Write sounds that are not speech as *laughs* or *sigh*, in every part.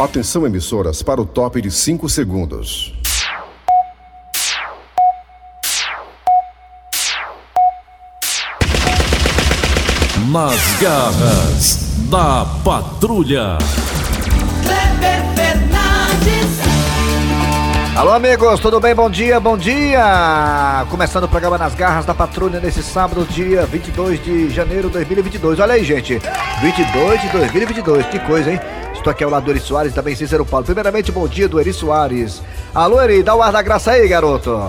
Atenção, emissoras, para o top de 5 segundos. Nas garras da patrulha. Kleber Fernandes, Alô, amigos, tudo bem? Bom dia, bom dia! Começando o programa Nas Garras da Patrulha nesse sábado, dia 22 de janeiro de 2022. Olha aí, gente, 22 de 2022, que coisa, hein? Estou aqui ao lado do Eri Soares e também Cícero Paulo. Primeiramente, bom dia do Eri Soares. Alô, Eri, dá o ar da graça aí, garoto.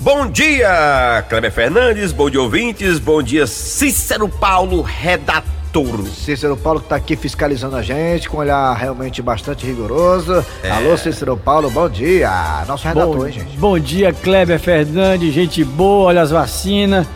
Bom dia, Kleber Fernandes, bom dia ouvintes, bom dia Cícero Paulo, redator. Cícero Paulo que tá aqui fiscalizando a gente com um olhar realmente bastante rigoroso. Alô, Cícero Paulo, bom dia! Nosso redator, É. Bom, hein, gente? bom dia, Kleber Fernandes, gente boa, olha as vacinas.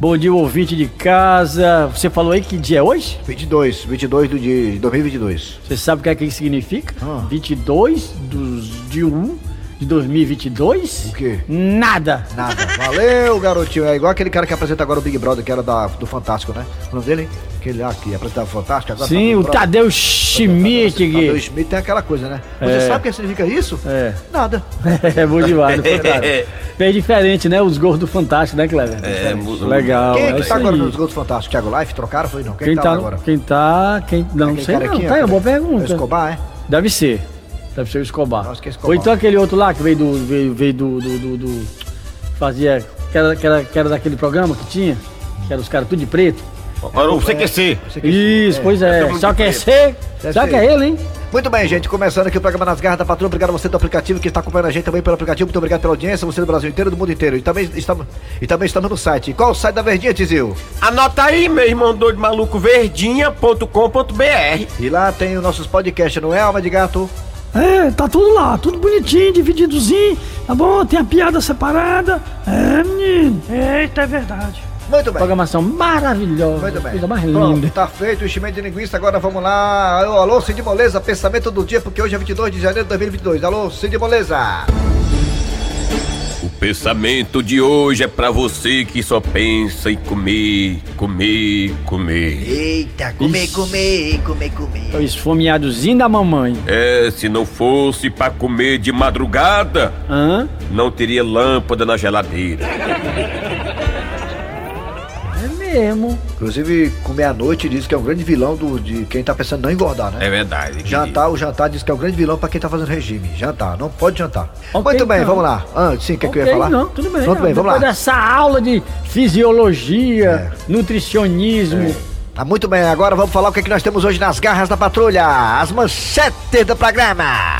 Bom dia, ouvinte de casa. Você falou aí que dia é hoje? 22, 22 do dia de 2022. Você sabe o que é que isso significa? Ah. 22 dos, de 1 de 2022? O quê? Nada. Nada. Valeu, garotinho. É igual aquele cara que apresenta agora o Big Brother, que era da, do Fantástico, né? O nome dele? Aquele lá que apresentava o Fantástico. Agora tá Sim, o Tadeu Tadeu Schmidt. *laughs* Tadeu Gui. Schmidt Tá tem aquela coisa, né? Você É. sabe o que significa isso? É. Nada. É bom demais, não foi *laughs* nada. É. Bem diferente, né? Os gordos do Fantástico, né, Kleber? É, muda- Legal. Quem é é que isso tá agora aí. nos gols do Fantástico? Thiago Life? Trocaram? Foi não. Quem, Quem tá, tá, lá agora? quem tá, quem não Aquele sei não, carequinha, tá, é uma boa aquele- pergunta. É o Escobar, é? Deve ser. Deve ser o Escobar. Acho que é Escobar. Ou então aquele outro lá que veio do. veio, veio do, do, do- do- Fazia. Que era, que, era, que era daquele programa que tinha. Que era os caras tudo de preto. Agora o CQC. Não sei é quem- Isso, pois tá todo é. mundo Só de que é preto. ser. Deve Só ser que é ele. ele, hein? Muito bem, gente. Começando aqui o programa Nas Garras da Patrulha. Obrigado a você do aplicativo que está acompanhando a gente também pelo aplicativo. Muito obrigado pela audiência, você do Brasil inteiro, do mundo inteiro. E também estamos, e também estamos no site. Qual o site da Verdinha, Tizil? Anota aí, meu irmão doido maluco, verdinha.com.br. E lá tem os nossos podcasts, não é, Alma de Gato? É, tá tudo lá, tudo bonitinho, divididozinho, tá bom? Tem a piada separada. É, menino. Eita, é verdade. Muito bem. Programação maravilhosa. Muito bem. Coisa mais Pronto, linda. tá feito o enchimento de linguiça. Agora vamos lá. Alô, alô, Cid Moleza, pensamento do dia, porque hoje é 22 de janeiro de 2022. Alô, Cid Moleza. O pensamento de hoje é pra você que só pensa em comer, comer, comer. Eita, Tá, comer, Ixi. comer, comer, comer. É o esfomeadozinho da mamãe. É, se não fosse pra comer de madrugada, Hã? não teria lâmpada na geladeira. É mesmo. Inclusive, comer à noite diz que é o grande vilão do, de quem tá pensando em não engordar, né? verdade. Jantar, o jantar diz que é o grande vilão pra quem tá fazendo regime. Jantar, não pode jantar. Ok, Muito bem, então. vamos lá. Ah, sim, o que, é que eu ia Ok, falar? Não, tudo bem. Tudo não. bem, vamos Depois lá. É. dessa aula de fisiologia, nutricionismo. Tá muito bem, agora vamos falar o que, é que nós temos hoje nas garras da patrulha. As manchetes do programa.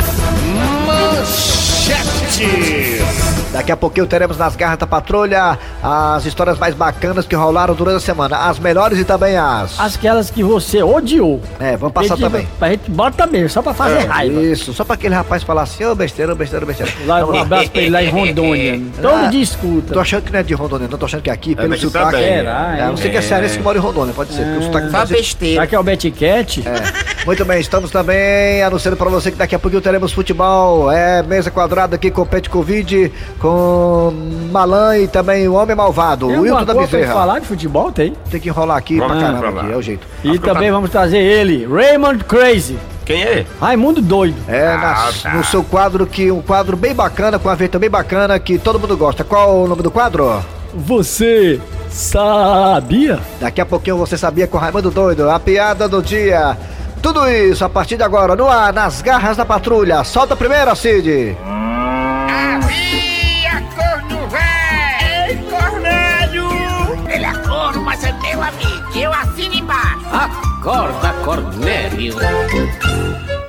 Daqui a pouquinho teremos nas garras da patrulha as histórias mais bacanas que rolaram durante a semana. As melhores e também as. Aquelas que você odiou. É, vamos passar Pedi- também. É. Pra gente bota mesmo, só pra fazer raiva. Isso, só pra aquele rapaz falar assim, ô besteira, ô besteira, ô besteira. Lá, um abraço pra ele lá em Rondônia. *laughs* Ah, Todo dia escuta. Tô achando que não é de Rondônia, não. Tô achando que é aqui, pelo daqui sotaque. também. Será, É, não sei que é cearense que mora em Rondônia, pode ser, porque o sotaque Só não besteira. Aqui é o Betiquete. É. Muito bem, estamos também anunciando pra você que daqui a pouquinho teremos futebol. É mesa quadrada que compete Covid com Malan e também o Homem Malvado. Tem O Wilton alguma da coisa pra gente Bezerra. falar de futebol? Tem. Tá Tem que enrolar aqui Vamos pra lá, caramba, pra lá. aqui, é o jeito. E também vamos trazer ele, Raymond Crazy. Quem é? Raimundo Doido. É, na- Ah, tá. no seu quadro que um quadro bem bacana, com uma veta bem bacana, que todo mundo gosta. Qual o nome do quadro? Você sabia? Daqui a pouquinho você sabia com o Raimundo Doido, a piada do dia. Tudo isso a partir de agora, no ar, nas garras da patrulha. Solta a primeira, Cid. Havia corno velho! Ei, Cornélio! Ele é corno, mas é meu amigo, eu assino embaixo! Acorda, Cornélio. Ai,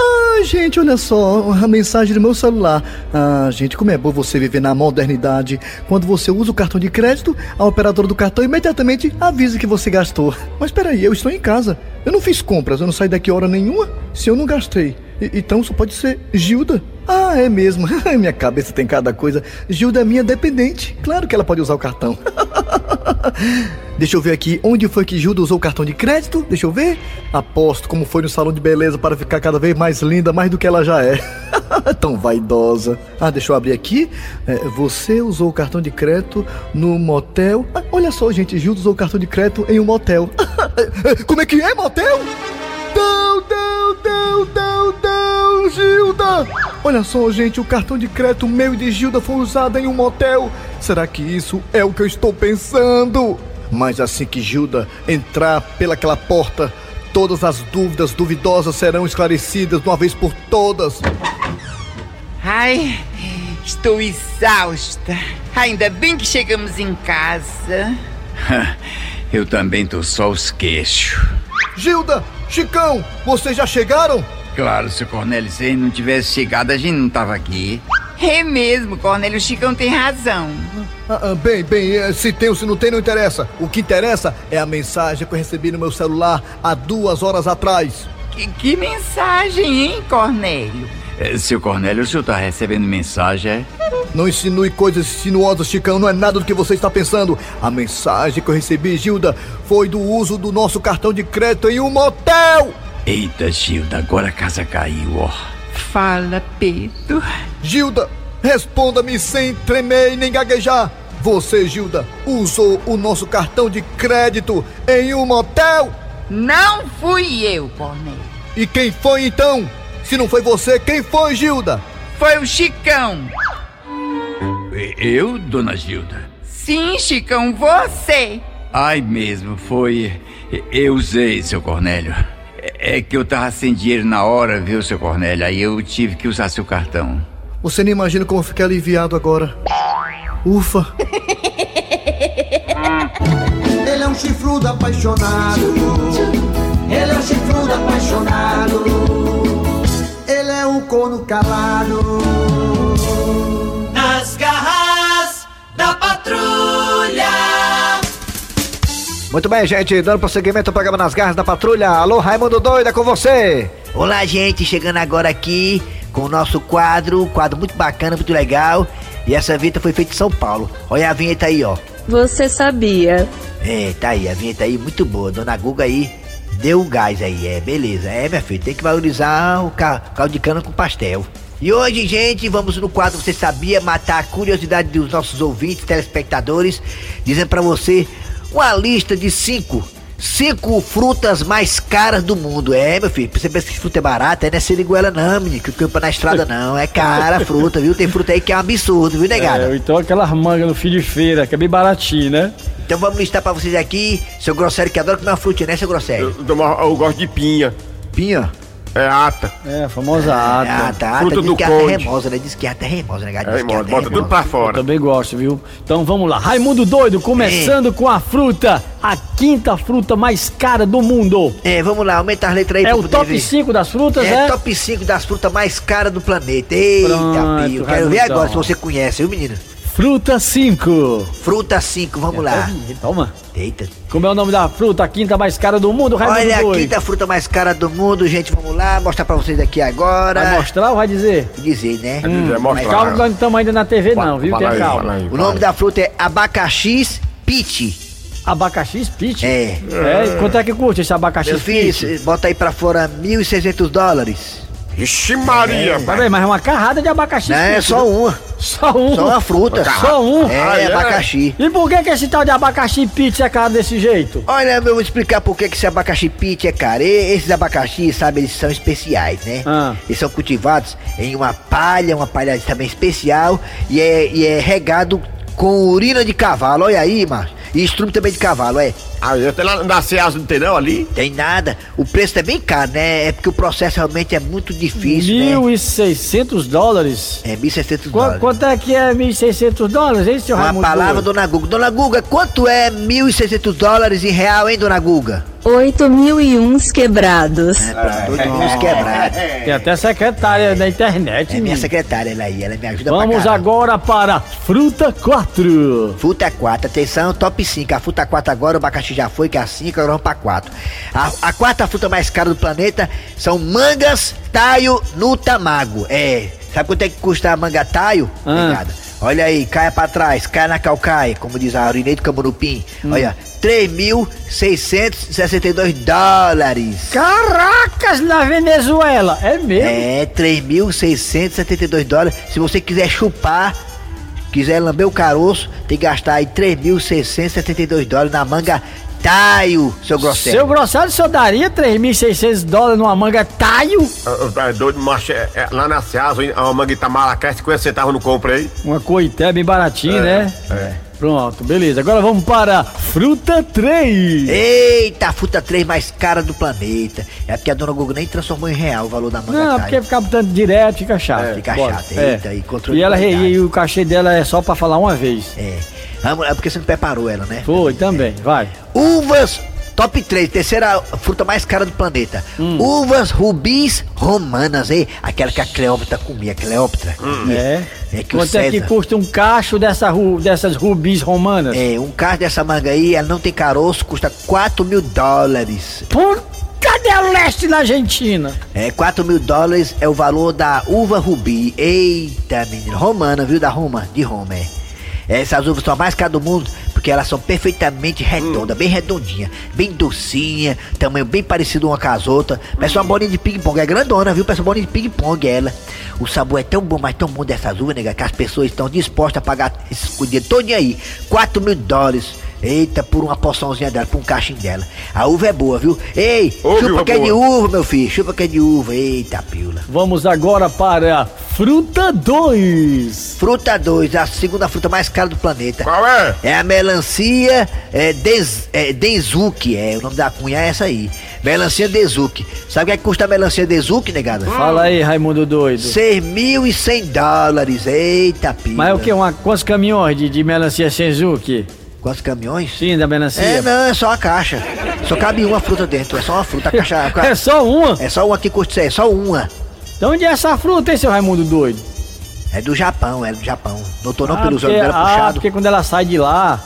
Ah, gente, olha só a mensagem do meu celular. Ah, gente, como é bom você viver na modernidade. Quando você usa o cartão de crédito, a operadora do cartão imediatamente avisa que você gastou. Mas peraí, eu estou em casa. Eu não fiz compras, eu não saí daqui hora nenhuma se eu não gastei. E- então só pode ser Gilda. Ah, é mesmo. *laughs* minha cabeça tem cada coisa. Gilda é minha dependente. Claro que ela pode usar o cartão. *laughs* Deixa eu ver aqui, onde foi que Gilda usou o cartão de crédito? Deixa eu ver. Aposto como foi no salão de beleza para ficar cada vez mais linda, mais do que ela já é. *laughs* Tão vaidosa. Ah, deixa eu abrir aqui. É, você usou o cartão de crédito no motel. Ah, olha *laughs* só, gente, Gilda usou o cartão de crédito em um motel. como é que é, motel? Tá, Olha só, gente, o cartão de crédito meu e de Gilda foi usado em um motel. Será que isso é o que eu estou pensando? Mas assim que Gilda entrar pelaquela porta, todas as dúvidas duvidosas serão esclarecidas de uma vez por todas. Ai, estou exausta. Ainda bem que chegamos em casa. Eu também tô só os queixos. Gilda, Chicão, vocês já chegaram? Claro, se o Cornélio Sei não tivesse chegado, a gente não tava aqui. É mesmo, Cornélio Chicão tem razão. Ah, ah, bem, bem, eh, se tem ou se não tem, não interessa. O que interessa é a mensagem que eu recebi no meu celular há duas horas atrás. Que, que mensagem, hein, Cornélio? É, seu Cornélio, o senhor tá recebendo mensagem, é? Não insinue coisas sinuosas, Chicão, não é nada do que você está pensando. A mensagem que eu recebi, Gilda, foi do uso do nosso cartão de crédito em um motel! Eita, Gilda, agora a casa caiu, ó. Fala, Pedro. Gilda, responda-me sem tremer e nem gaguejar. Você, Gilda, usou o nosso cartão de crédito em um motel? Não fui eu, Cornélio. E quem foi então? Se não foi você, quem foi, Gilda? Foi o Chicão. E- Eu, dona Gilda? Sim, Chicão, você. Ai mesmo, foi. Eu usei, seu Cornélio. É é que eu tava sem dinheiro na hora, viu, seu Cornélio? Aí eu tive que usar seu cartão. Você nem imagina como eu fiquei aliviado agora. Ufa! *laughs* Ele é um chifrudo apaixonado. Ele é um chifrudo apaixonado. Ele é um corno calado. Nas garras da patrulha. Muito bem, gente, dando prosseguimento ao programa Nas Garras da Patrulha. Alô, Raimundo Doido, é com você. Olá, gente, chegando agora aqui com o nosso quadro, um quadro muito bacana, muito legal. E essa vinheta foi feita em São Paulo. Olha a vinheta aí, ó. Você sabia? É, tá aí, a vinheta aí muito boa. Dona Guga aí deu o gás aí, é, beleza. É, minha filha, tem que valorizar o ca caldo de cana com pastel. E hoje, gente, vamos no quadro Você Sabia matar a curiosidade dos nossos ouvintes, telespectadores, dizendo pra você uma lista de cinco. Cinco frutas mais caras do mundo. É, meu filho, pra você pensa que fruta é barata, é, não é seriguela não, menino, que campa na estrada não. É cara a fruta, viu? Tem fruta aí que é um absurdo, viu, negada? É, ou então aquelas mangas no fim de feira, que é bem baratinho, né? Então vamos listar pra vocês aqui, seu Grossério que adora comer uma frutinha, né, seu Grossério? Eu, eu gosto de pinha. Pinha? É ata. É, a famosa Ah, ata. tá. Fruta diz do que a ata é conde. remosa, né? Diz que a ata é remosa, né, gato? É, Diz que a irmão, ata é bota tudo remosa. pra Eu fora. também gosto, viu? Então vamos lá. Raimundo Doido, começando com a fruta, a quinta fruta mais cara do mundo. É, vamos lá, aumenta as letras É aí pra o poder top ver. 5 das frutas, É é? top 5 das frutas mais caras do planeta. Eita, Pronto, pio. Quero ver Raimundão. agora se você conhece, viu, menino? Fruta 5. Fruta 5, vamos lá. Toma. Eita. Como é o nome da fruta, a quinta mais cara do mundo, Raimundo Olha a Doido? quinta fruta mais cara do mundo, gente. Vamos lá, mostrar pra vocês aqui Vai agora. mostrar ou vai dizer? Dizer, né? É, mostra lá. Calma que nós não estamos ainda na TV não, viu? Fala Tenha aí, fala calma. aí, O fala nome aí. da fruta é abacaxis piti. Abacaxi spit? É. É, e quanto é que custa esse abacaxi Meu filho, spit? cê bota aí pra fora 1.600 dólares. Ixi Maria, Vai ver, mas é uma carrada de abacaxi Não, spit, é só viu? uma. Só um. Só uma fruta. Só um? É, Ah, é? abacaxi. E por que, que esse tal de abacaxi pizza é caro desse jeito? Olha, eu vou explicar por que que esse abacaxi pit é caro. E- Esses abacaxis, sabe, eles são especiais, né? Ah. Eles são cultivados em uma palha, uma palha também especial, e é, e é regado com urina de cavalo, olha aí, macho. E estrume também de cavalo, é. Aí, até Ah, lá na Ceasa não tem não ali? Tem nada. O preço é bem caro, né? É porque o processo realmente é muito difícil, né? 1.600 dólares? É 1.600 Qu- dólares. Quanto é que é 1.600 dólares, hein, seu Uma Raimundo? palavra, Doido? dona Guga. Dona Guga, quanto é 1.600 dólares em real, hein, dona Guga? 8.001 quebrados. Ah, Dois mãos quebrados. Tem até secretária da internet, É minha menino. secretária, ela aí, ela me ajuda pra Vamos caramba. agora para Fruta 4. Fruta 4, atenção, top 5. A fruta 4 agora, o abacaxi já foi, que é a 5, agora vamos pra 4. A, a quarta fruta mais cara do planeta são mangas taio no tamago. É, sabe quanto é que custa a manga taio? Ah. Obrigado. Olha aí, caia pra trás, caia na calcaia, como diz a Aurinei do Camurupim. Hum. Olha, 3.662 dólares. Caracas, na Venezuela! É mesmo? É, 3.672 dólares. Se você quiser chupar, quiser lamber o caroço, tem que gastar aí 3.672 dólares na manga Taio, seu grosseiro. Seu grossário, o senhor daria 3.600 dólares numa manga taio? Doido, macho, é- é lá na Ceasa, a manga Itamaracá, 50 centavos não compra aí. Uma coité bem baratinha, né? É. Pronto, beleza. Agora vamos para Fruta 3. Eita, a fruta 3 mais cara do planeta. É porque a dona Gugu nem transformou em real o valor da manga Não, é Taio. porque ficar botando direto fica chato. é fica Bora. chato, É. eita, e controle E ela de qualidade. e o cachê dela é só pra falar uma vez. É. Vamos, é porque você não preparou ela, né? Foi também, vai. é Uvas top 3, terceira fruta mais cara do planeta. Hum. Uvas rubis romanas, hein? Aquela que a Cleópatra comia, Cleópatra. comia. É. É que o Quanto é que César- custa um cacho dessa ru- dessas rubis romanas? É, um carro dessa manga aí, ela não tem caroço, custa 4 mil dólares. Cadê o leste na Argentina? É, 4 mil dólares é o valor da uva rubi. Eita, menino. Romana, viu? Da Roma. De Roma, é. Essas uvas são as mais caras do mundo porque elas são perfeitamente redondas, bem redondinha, bem docinha, tamanho bem parecido uma com as outras. Parece uma bolinha de ping-pong, é grandona, viu? Parece uma bolinha de ping-pong ela. O sabor é tão bom, mas tão bom dessas uvas, nega, que as pessoas estão dispostas a pagar esse dinheiro todinho aí. 4 mil dólares. Eita, por uma porçãozinha dela, por um cachinho dela. A uva é boa, viu? Ei, Ô, chupa viúva que é de boa. uva, meu filho. Chupa que é de uva. Eita, pila. Vamos agora para Fruta 2. Fruta 2, a segunda fruta mais cara do planeta. Qual é? É a melancia é, des, é, Dezuki. É, o nome da cunha é essa aí. Melancia Dezuki. Sabe o que, é que custa a melancia Dezuki, negada? Fala aí, Raimundo Doido. 6.100 dólares. Eita, pila. Mas é o que? Uma, quantos caminhões de, de melancia Senzuki? Quantos caminhões? Sim, da melancia. É, não, é só a caixa. Só cabe uma fruta dentro. É só uma fruta. *laughs* A caixa, a ca- É só uma? É só uma que custa. É só uma. De onde é essa fruta, hein, seu Raimundo Doido? É do Japão, é do Japão. Notou não Ah, pelos porque- olhos dela ah, puxado? porque quando ela sai de lá,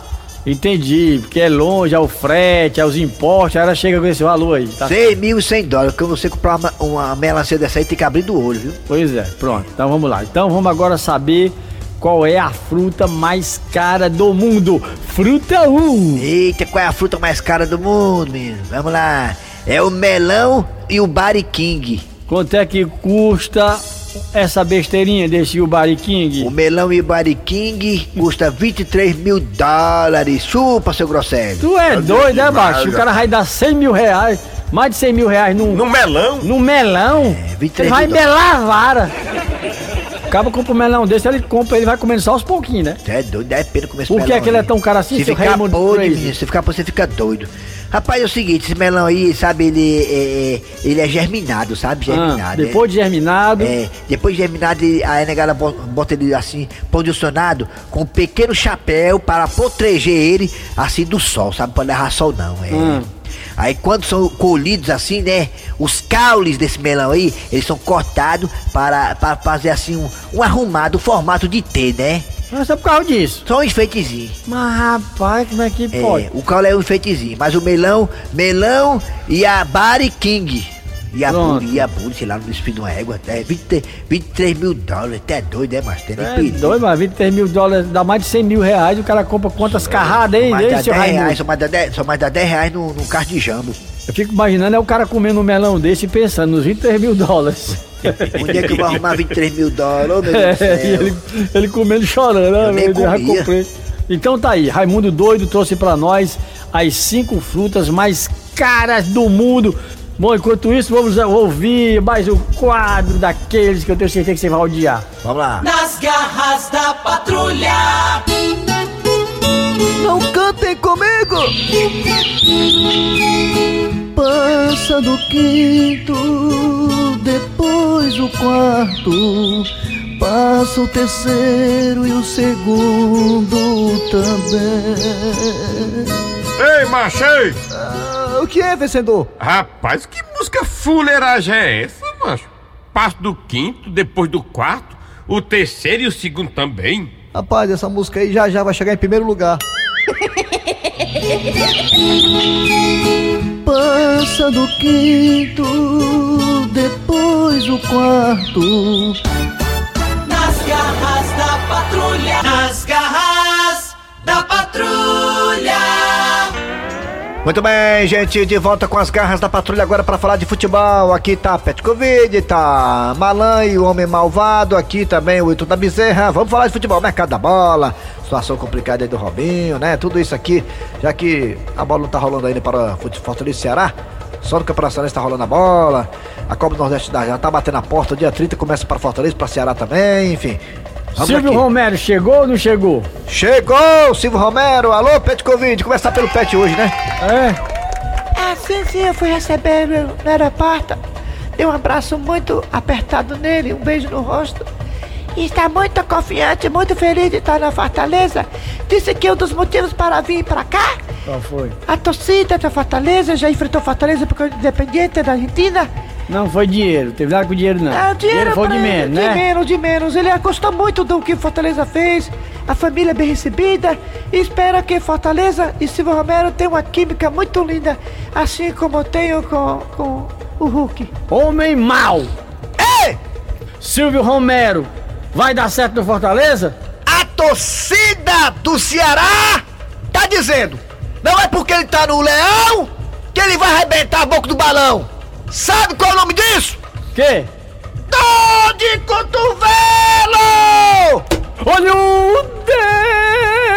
entendi, porque é longe, é o frete, é os impostos, aí ela chega com esse valor aí, tá? 6.100 dólares, que eu não sei comprar uma, uma melancia dessa aí, tem que abrir do olho, viu? Pois é, pronto, então vamos lá. Então vamos agora saber qual é a fruta mais cara do mundo. Fruta 1. Eita, qual é a fruta mais cara do mundo, menino? Vamos lá. É o melão e o bariking. Quanto é que custa essa besteirinha desse Ubari King? O melão e o bariking custa 23 mil dólares. Chupa, seu grosselho. Tu é doido, né, baixo? O cara vai dar 100 mil reais, mais de 100 mil reais num... Num melão? Num melão? ele 23 vai mil dólares. melar a vara. O cara compra um melão desse, ele compra, ele vai comendo só aos pouquinhos, né? É doido, é pena comer esse Por que melão é que ele aí. é tão caro assim, Se seu ficar Raimundo podre, Crazy? menino, se ficar podre, você fica doido. Rapaz, é o seguinte, esse melão aí, sabe, ele é, é- ele é germinado, sabe? Germinado. Ah, depois de germinado. né? É, depois de germinado, ele- a negada bo- bota ele assim, posicionado, com um pequeno chapéu para proteger ele, assim, do sol, sabe? Pra levar sol não, é. Aí quando são colhidos assim, né? Os caules desse melão aí, eles são cortados para, para fazer assim um, um arrumado, um formato de T, né? Mas é por causa disso. Só um enfeitezinho. Mas rapaz, como é que É, pode? o caule é um enfeitezinho, mas o melão, melão e a Bari King. E a Pronto. Buri, e a Buri, sei lá, no espinho de uma égua, é 23, 23 mil dólares, até doido, é, mas tem nem É perigo. doido, mas 23 mil dólares, dá mais de 100 mil reais, o cara compra quantas carradas, hein? Mas hein, dá né, seu 10 reais, Raimundo? É, só mais dá 10, só mais dá 10 reais num, num carro de *laughs* jambo. Eu fico imaginando é o cara comendo um melão desse e pensando nos 23 mil dólares. Onde é que eu vou arrumar 23 mil *laughs* dólares, ô, meu Deus do É, e céu? ele, ele comendo e chorando, né? Eu nem meu Deus, já comia. comprei. Então tá aí, Raimundo Doido trouxe pra nós as cinco frutas mais caras do mundo. Bom, enquanto isso, vamos ouvir mais o quadro daqueles que eu tenho certeza que você vai odiar. Vamos lá. Nas garras da patrulha. Não cantem comigo! Passa do quinto, depois o quarto, passa o terceiro e o segundo também. Ei, machei! o que é, vencedor? Rapaz, que música fuleiragem é essa, macho? Passo do quinto, depois do quarto, o terceiro e o segundo também. Rapaz, essa música aí já já vai chegar em primeiro lugar. Passa do quinto, depois o quarto. Nas garras da patrulha. Nas garras da patrulha. Muito bem, gente, de volta com as garras da patrulha agora para falar de futebol. Aqui tá Petkovic, tá Malan e o Homem Malvado, aqui também o Ito da Bezerra. Vamos falar de futebol, mercado da bola, situação complicada aí do Robinho, né? Tudo isso aqui, já que a bola não tá rolando ainda para o Fortaleza e Ceará. Só no Campeonato Cearense tá rolando a bola. A Copa do Nordeste já tá batendo a porta. Dia 30 começa para Fortaleza, para Ceará também, enfim. Vamos Silvio aqui. Romero chegou ou não chegou? Chegou, Silvio Romero. Alô, Pet Covid. Começar pelo Pet hoje, né? É. Ah, sim, sim, eu fui receber ele no aeroporto. Dei um abraço muito apertado nele, um beijo no rosto. E está muito confiante, muito feliz de estar na Fortaleza. Disse que um dos motivos para vir para cá, Qual foi? a torcida é da Fortaleza, já enfrentou Fortaleza porque é independente da Argentina. Não foi dinheiro, teve nada com dinheiro não. Ah, o dinheiro foi pra de ele, menos, de né? menos, de menos. Ele gostou muito do que Fortaleza fez, a família é bem recebida. E espera que Fortaleza e Silvio Romero tenham uma química muito linda, assim como eu tenho com, com o Hulk. Homem mau! Ei! Silvio Romero, vai dar certo no Fortaleza? A torcida Ah, do Ceará tá dizendo: não é porque ele tá no leão que ele vai arrebentar a boca do balão. Sabe qual é o nome disso? Que? Dor de cotovelo! Olha o dedo!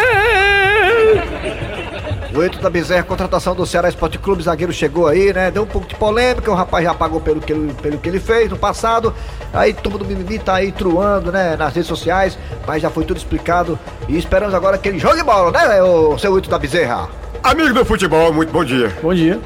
O Eito da Bezerra, contratação do Ceará Esporte Clube, zagueiro chegou aí, né? Deu um pouco de polêmica, o rapaz já pagou pelo que ele, pelo que ele fez no passado. Aí turma do mimimi tá aí truando, né? Nas redes sociais, mas já foi tudo explicado. E esperamos agora que ele jogue bola, né, o seu Eito da Bezerra? Amigo do futebol, muito bom dia. Bom dia.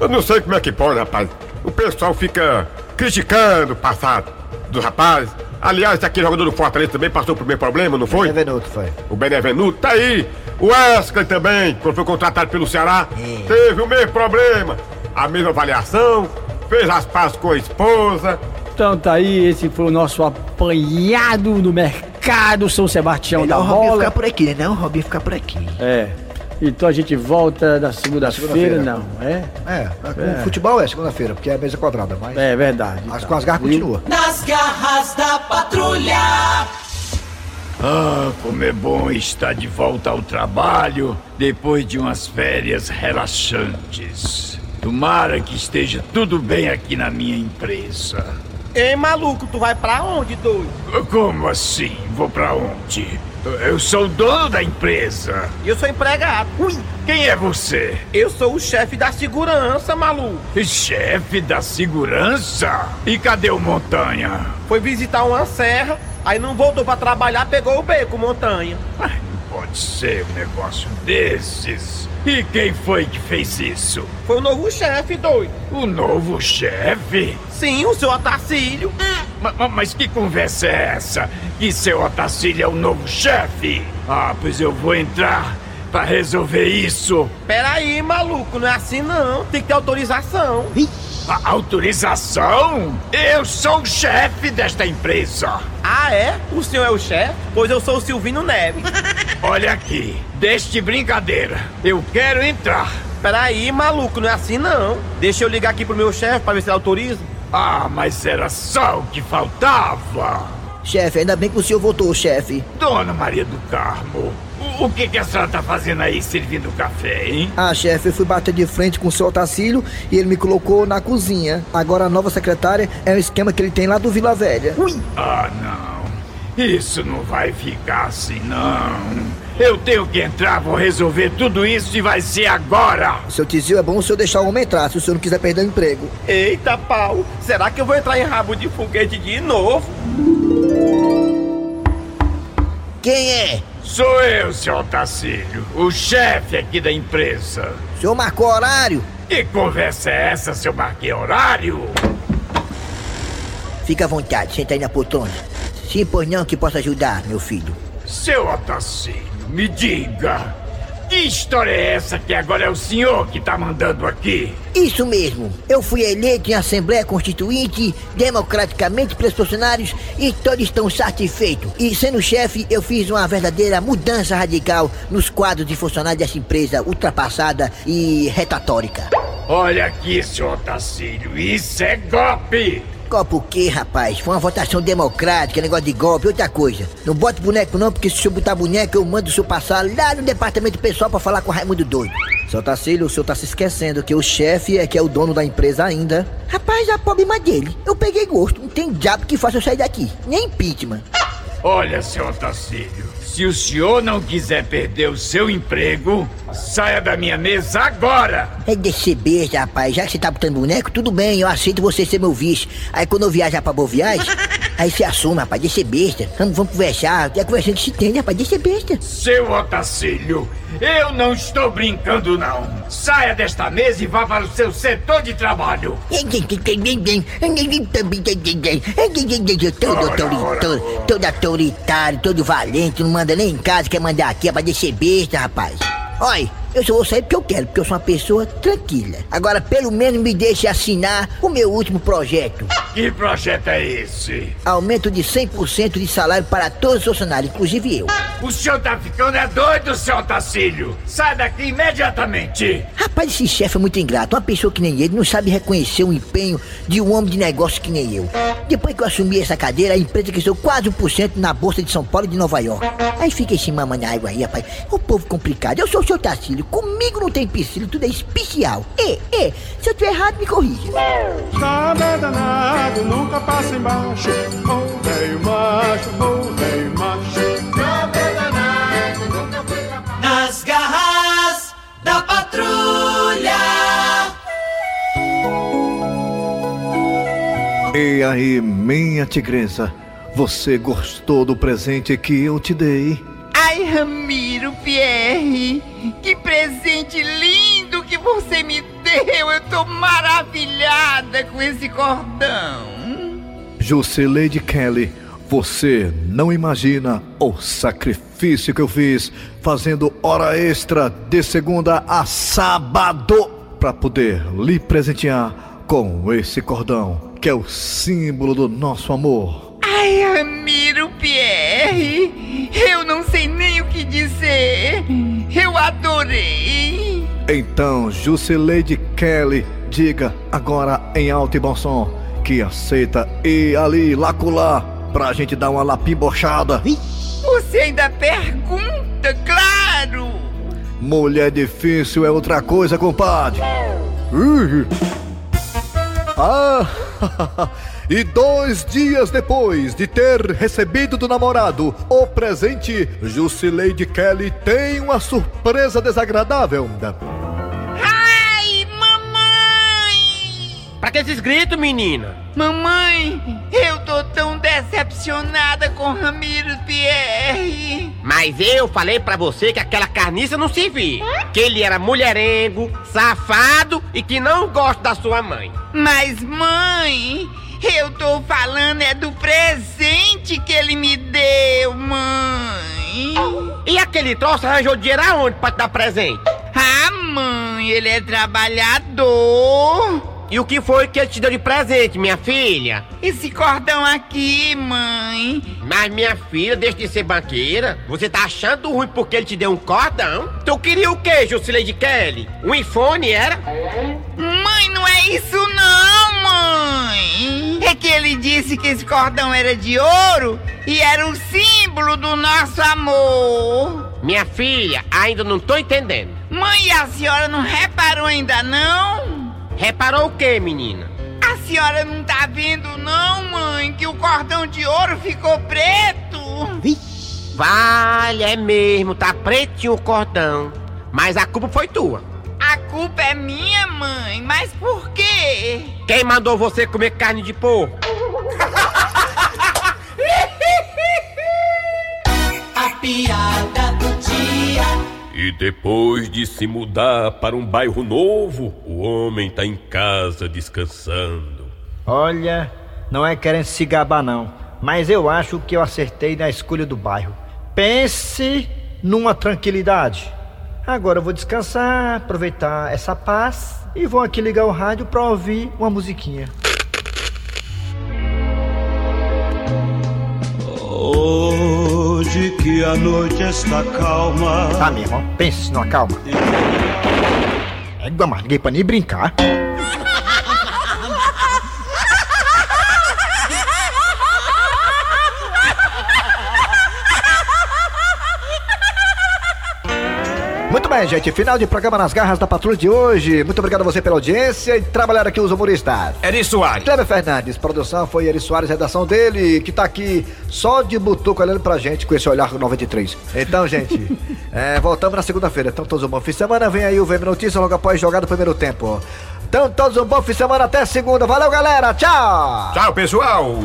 Eu não sei como é que pode, rapaz. O pessoal fica criticando o passado do rapaz. Aliás, aquele jogador do Fortaleza também passou por meu problema, não foi? Benevenuto foi. O Benevenuto tá aí. O Wesley também, quando foi contratado pelo Ceará, teve o mesmo problema. A mesma avaliação, fez as pazes com a esposa. Então tá aí, esse foi o nosso apanhado no mercado São Sebastião Melhor da o Robinho bola. ficar por aqui, né? Não, o Robinho ficar por aqui. É. Então a gente volta na segunda-feira, segunda-feira. não, é? É, com É. futebol é segunda-feira, porque é mesa quadrada, mas. É verdade. Mas com as garras continua. Nas garras da patrulha. Ah, como é bom estar de volta ao trabalho depois de umas férias relaxantes. Tomara que esteja tudo bem aqui na minha empresa. Ei, maluco, tu vai pra onde, doido? Como assim? Vou pra onde? Eu sou o dono da empresa. Eu sou empregado. Ui. Quem é você? Eu sou o chefe da segurança, maluco. Chefe da segurança? E cadê o Montanha? Foi visitar uma serra, aí não voltou pra trabalhar, pegou o beco, montanha. Pode ser um negócio desses. E quem foi que fez isso? Foi o novo chefe, doido. O novo chefe? Sim, o seu Otacílio. Ma- ma- Mas que conversa é essa? Que seu Otacílio é o novo chefe? Ah, pois eu vou entrar pra resolver isso. Peraí, maluco, não é assim não. Tem que ter autorização. A autorização? Eu sou o chefe desta empresa. Ah, é? O senhor é o chefe? Pois eu sou o Silvino Neves. *laughs* Olha aqui, deixe de brincadeira. Eu quero entrar. Peraí, maluco, não é assim não. Deixa eu ligar aqui pro meu chefe pra ver se ele autoriza. Ah, mas era só o que faltava. Chefe, ainda bem que o senhor voltou, chefe. Dona Maria do Carmo, o, o que, que a senhora tá fazendo aí servindo café, hein? Ah, chefe, eu fui bater de frente com o seu Otacílio e ele me colocou na cozinha. Agora a nova secretária é um esquema que ele tem lá do Vila Velha. Ah, não. Isso não vai ficar assim, não. Eu tenho que entrar, vou resolver tudo isso e vai ser agora. Seu tizio, é bom o senhor deixar o homem entrar, se o senhor não quiser perder o emprego. Eita pau, será que eu vou entrar em rabo de foguete de novo? Quem é? Sou eu, seu Otacílio, o chefe aqui da empresa. O senhor marcou horário? Que conversa é essa, seu marquei horário? Fica à vontade, senta aí na poltrona. Sim, pois não, que possa ajudar, meu filho. Seu Otacílio, me diga, que história é essa que agora é o senhor que tá mandando aqui? Isso mesmo. Eu fui eleito em Assembleia Constituinte, democraticamente pelos funcionários, e todos estão satisfeitos. E sendo chefe, eu fiz uma verdadeira mudança radical nos quadros de funcionários dessa empresa ultrapassada e retatórica. Olha aqui, seu Otacílio, isso é golpe! Copa o quê, rapaz? Foi uma votação democrática, negócio de golpe, outra coisa. Não bota boneco não, porque se o senhor botar boneco, eu mando o senhor passar lá no departamento pessoal pra falar com o Raimundo Doido. Seu Tacílio, o senhor tá se esquecendo que o chefe é que é o dono da empresa ainda. Rapaz, é problema dele. Eu peguei gosto. Não tem diabo que faça eu sair daqui. Nem impeachment. Olha, seu Otacílio, se o senhor não quiser perder o seu emprego, saia da minha mesa agora! É descer besta, rapaz. Já que você tá botando boneco, tudo bem, eu aceito você ser meu vice. Aí quando eu viajar pra boa viagem, aí você assume, rapaz, descer besta. Vamos, vamos conversar. É conversando que se tem, rapaz, descer besta. Seu Otacílio, eu não estou brincando, não. Saia desta mesa e vá para o seu setor de trabalho. Todo autoritário, todo autoritário, todo valente, não manda nem em casa, quer mandar aqui, é pra descer besta, rapaz. Olha, eu só vou sair porque eu quero, porque eu sou uma pessoa tranquila. Agora, pelo menos me deixe assinar o meu último projeto. Que projeto é esse? Aumento de 100% de salário para todos os funcionários, inclusive eu. O senhor tá ficando é doido, seu Otacílio. Sai daqui imediatamente. Rapaz, esse chefe é muito ingrato. Uma pessoa que nem ele não sabe reconhecer o empenho de um homem de negócio que nem eu. Depois que eu assumi essa cadeira, a empresa cresceu quase 1% na Bolsa de São Paulo e de Nova York. Aí fica esse mama na água aí, rapaz. O povo complicado. Eu sou o seu Tacílio. Comigo não tem piscina, tudo é especial. Ê, ê, se eu tiver errado, me corrija. Nada é danado, nunca passa embaixo. Bom velho macho, bom velho macho. Nada danado, nunca foi capaz. Nas garras da patrulha. E aí, minha tigresa, você gostou do presente que eu te dei? Ai, Ramiro Pierre, que presente lindo que você me deu! Eu tô maravilhada com esse cordão! Jusileide Kelly, você não imagina o sacrifício que eu fiz fazendo hora extra de segunda a sábado para poder lhe presentear com esse cordão que é o símbolo do nosso amor. Ai, Ramiro Pierre, eu não sei nem o que dizer! Eu adorei! Então, Jusileide Kelly, diga agora em alto e bom som que aceita e ali lacular pra gente dar uma lapimbochada. Você ainda pergunta, claro! Mulher difícil é outra coisa, compadre. Ih. Ah, *laughs* e dois dias depois de ter recebido do namorado o presente, Jusileide Kelly tem uma surpresa desagradável. Ai, mamãe! Pra que esses gritos, menina? Mamãe, eu tô tão decepcionada com Ramiro Pierre! Mas eu falei pra você que aquela carniça não se via. Que ele era mulherengo, safado e que não gosta da sua mãe. Mas, mãe, eu tô falando é do presente que ele me deu, mãe! E aquele troço arranjou dinheiro aonde pra te dar presente? Ah, mãe, ele é trabalhador! E o que foi que ele te deu de presente, minha filha? Esse cordão aqui, mãe! Mas minha filha, deixa de ser banqueira. Você tá achando ruim porque ele te deu um cordão? Tu queria o quê, Jusileide Kelly? Um iPhone era? Mãe, não é isso não, mãe! É que ele disse que esse cordão era de ouro e era o símbolo do nosso amor! Minha filha, ainda não tô entendendo. Mãe, a senhora não reparou ainda não? Reparou o quê, menina? A senhora não tá vendo não, mãe, que o cordão de ouro ficou preto? Vale, é mesmo, tá pretinho o cordão. Mas a culpa foi tua. A culpa é minha, mãe, mas por quê? Quem mandou você comer carne de porco? A piada do dia. E depois de se mudar para um bairro novo, o homem tá em casa descansando. Olha, não é querendo se gabar não, mas eu acho que eu acertei na escolha do bairro. Pense numa tranquilidade. Agora eu vou descansar, aproveitar essa paz e vou aqui ligar o rádio para ouvir uma musiquinha. Hoje que a noite está calma. Tá, meu irmão, pense numa calma. É igual, mas ninguém pra nem brincar. Muito bem, gente. Final de programa nas garras da patrulha de hoje. Muito obrigado a você pela audiência e trabalhar aqui os humoristas. Eri Soares. Cleber Fernandes, produção foi Eri Soares, redação dele, que tá aqui só de butuco olhando pra gente com esse olhar 93. Então, gente, é, voltamos na segunda-feira. Então, todos um bom fim de semana. Vem aí o VM Notícia logo após jogar do primeiro tempo. Então, todos um bom fim de semana. Até segunda. Valeu, galera. Tchau. Tchau, pessoal.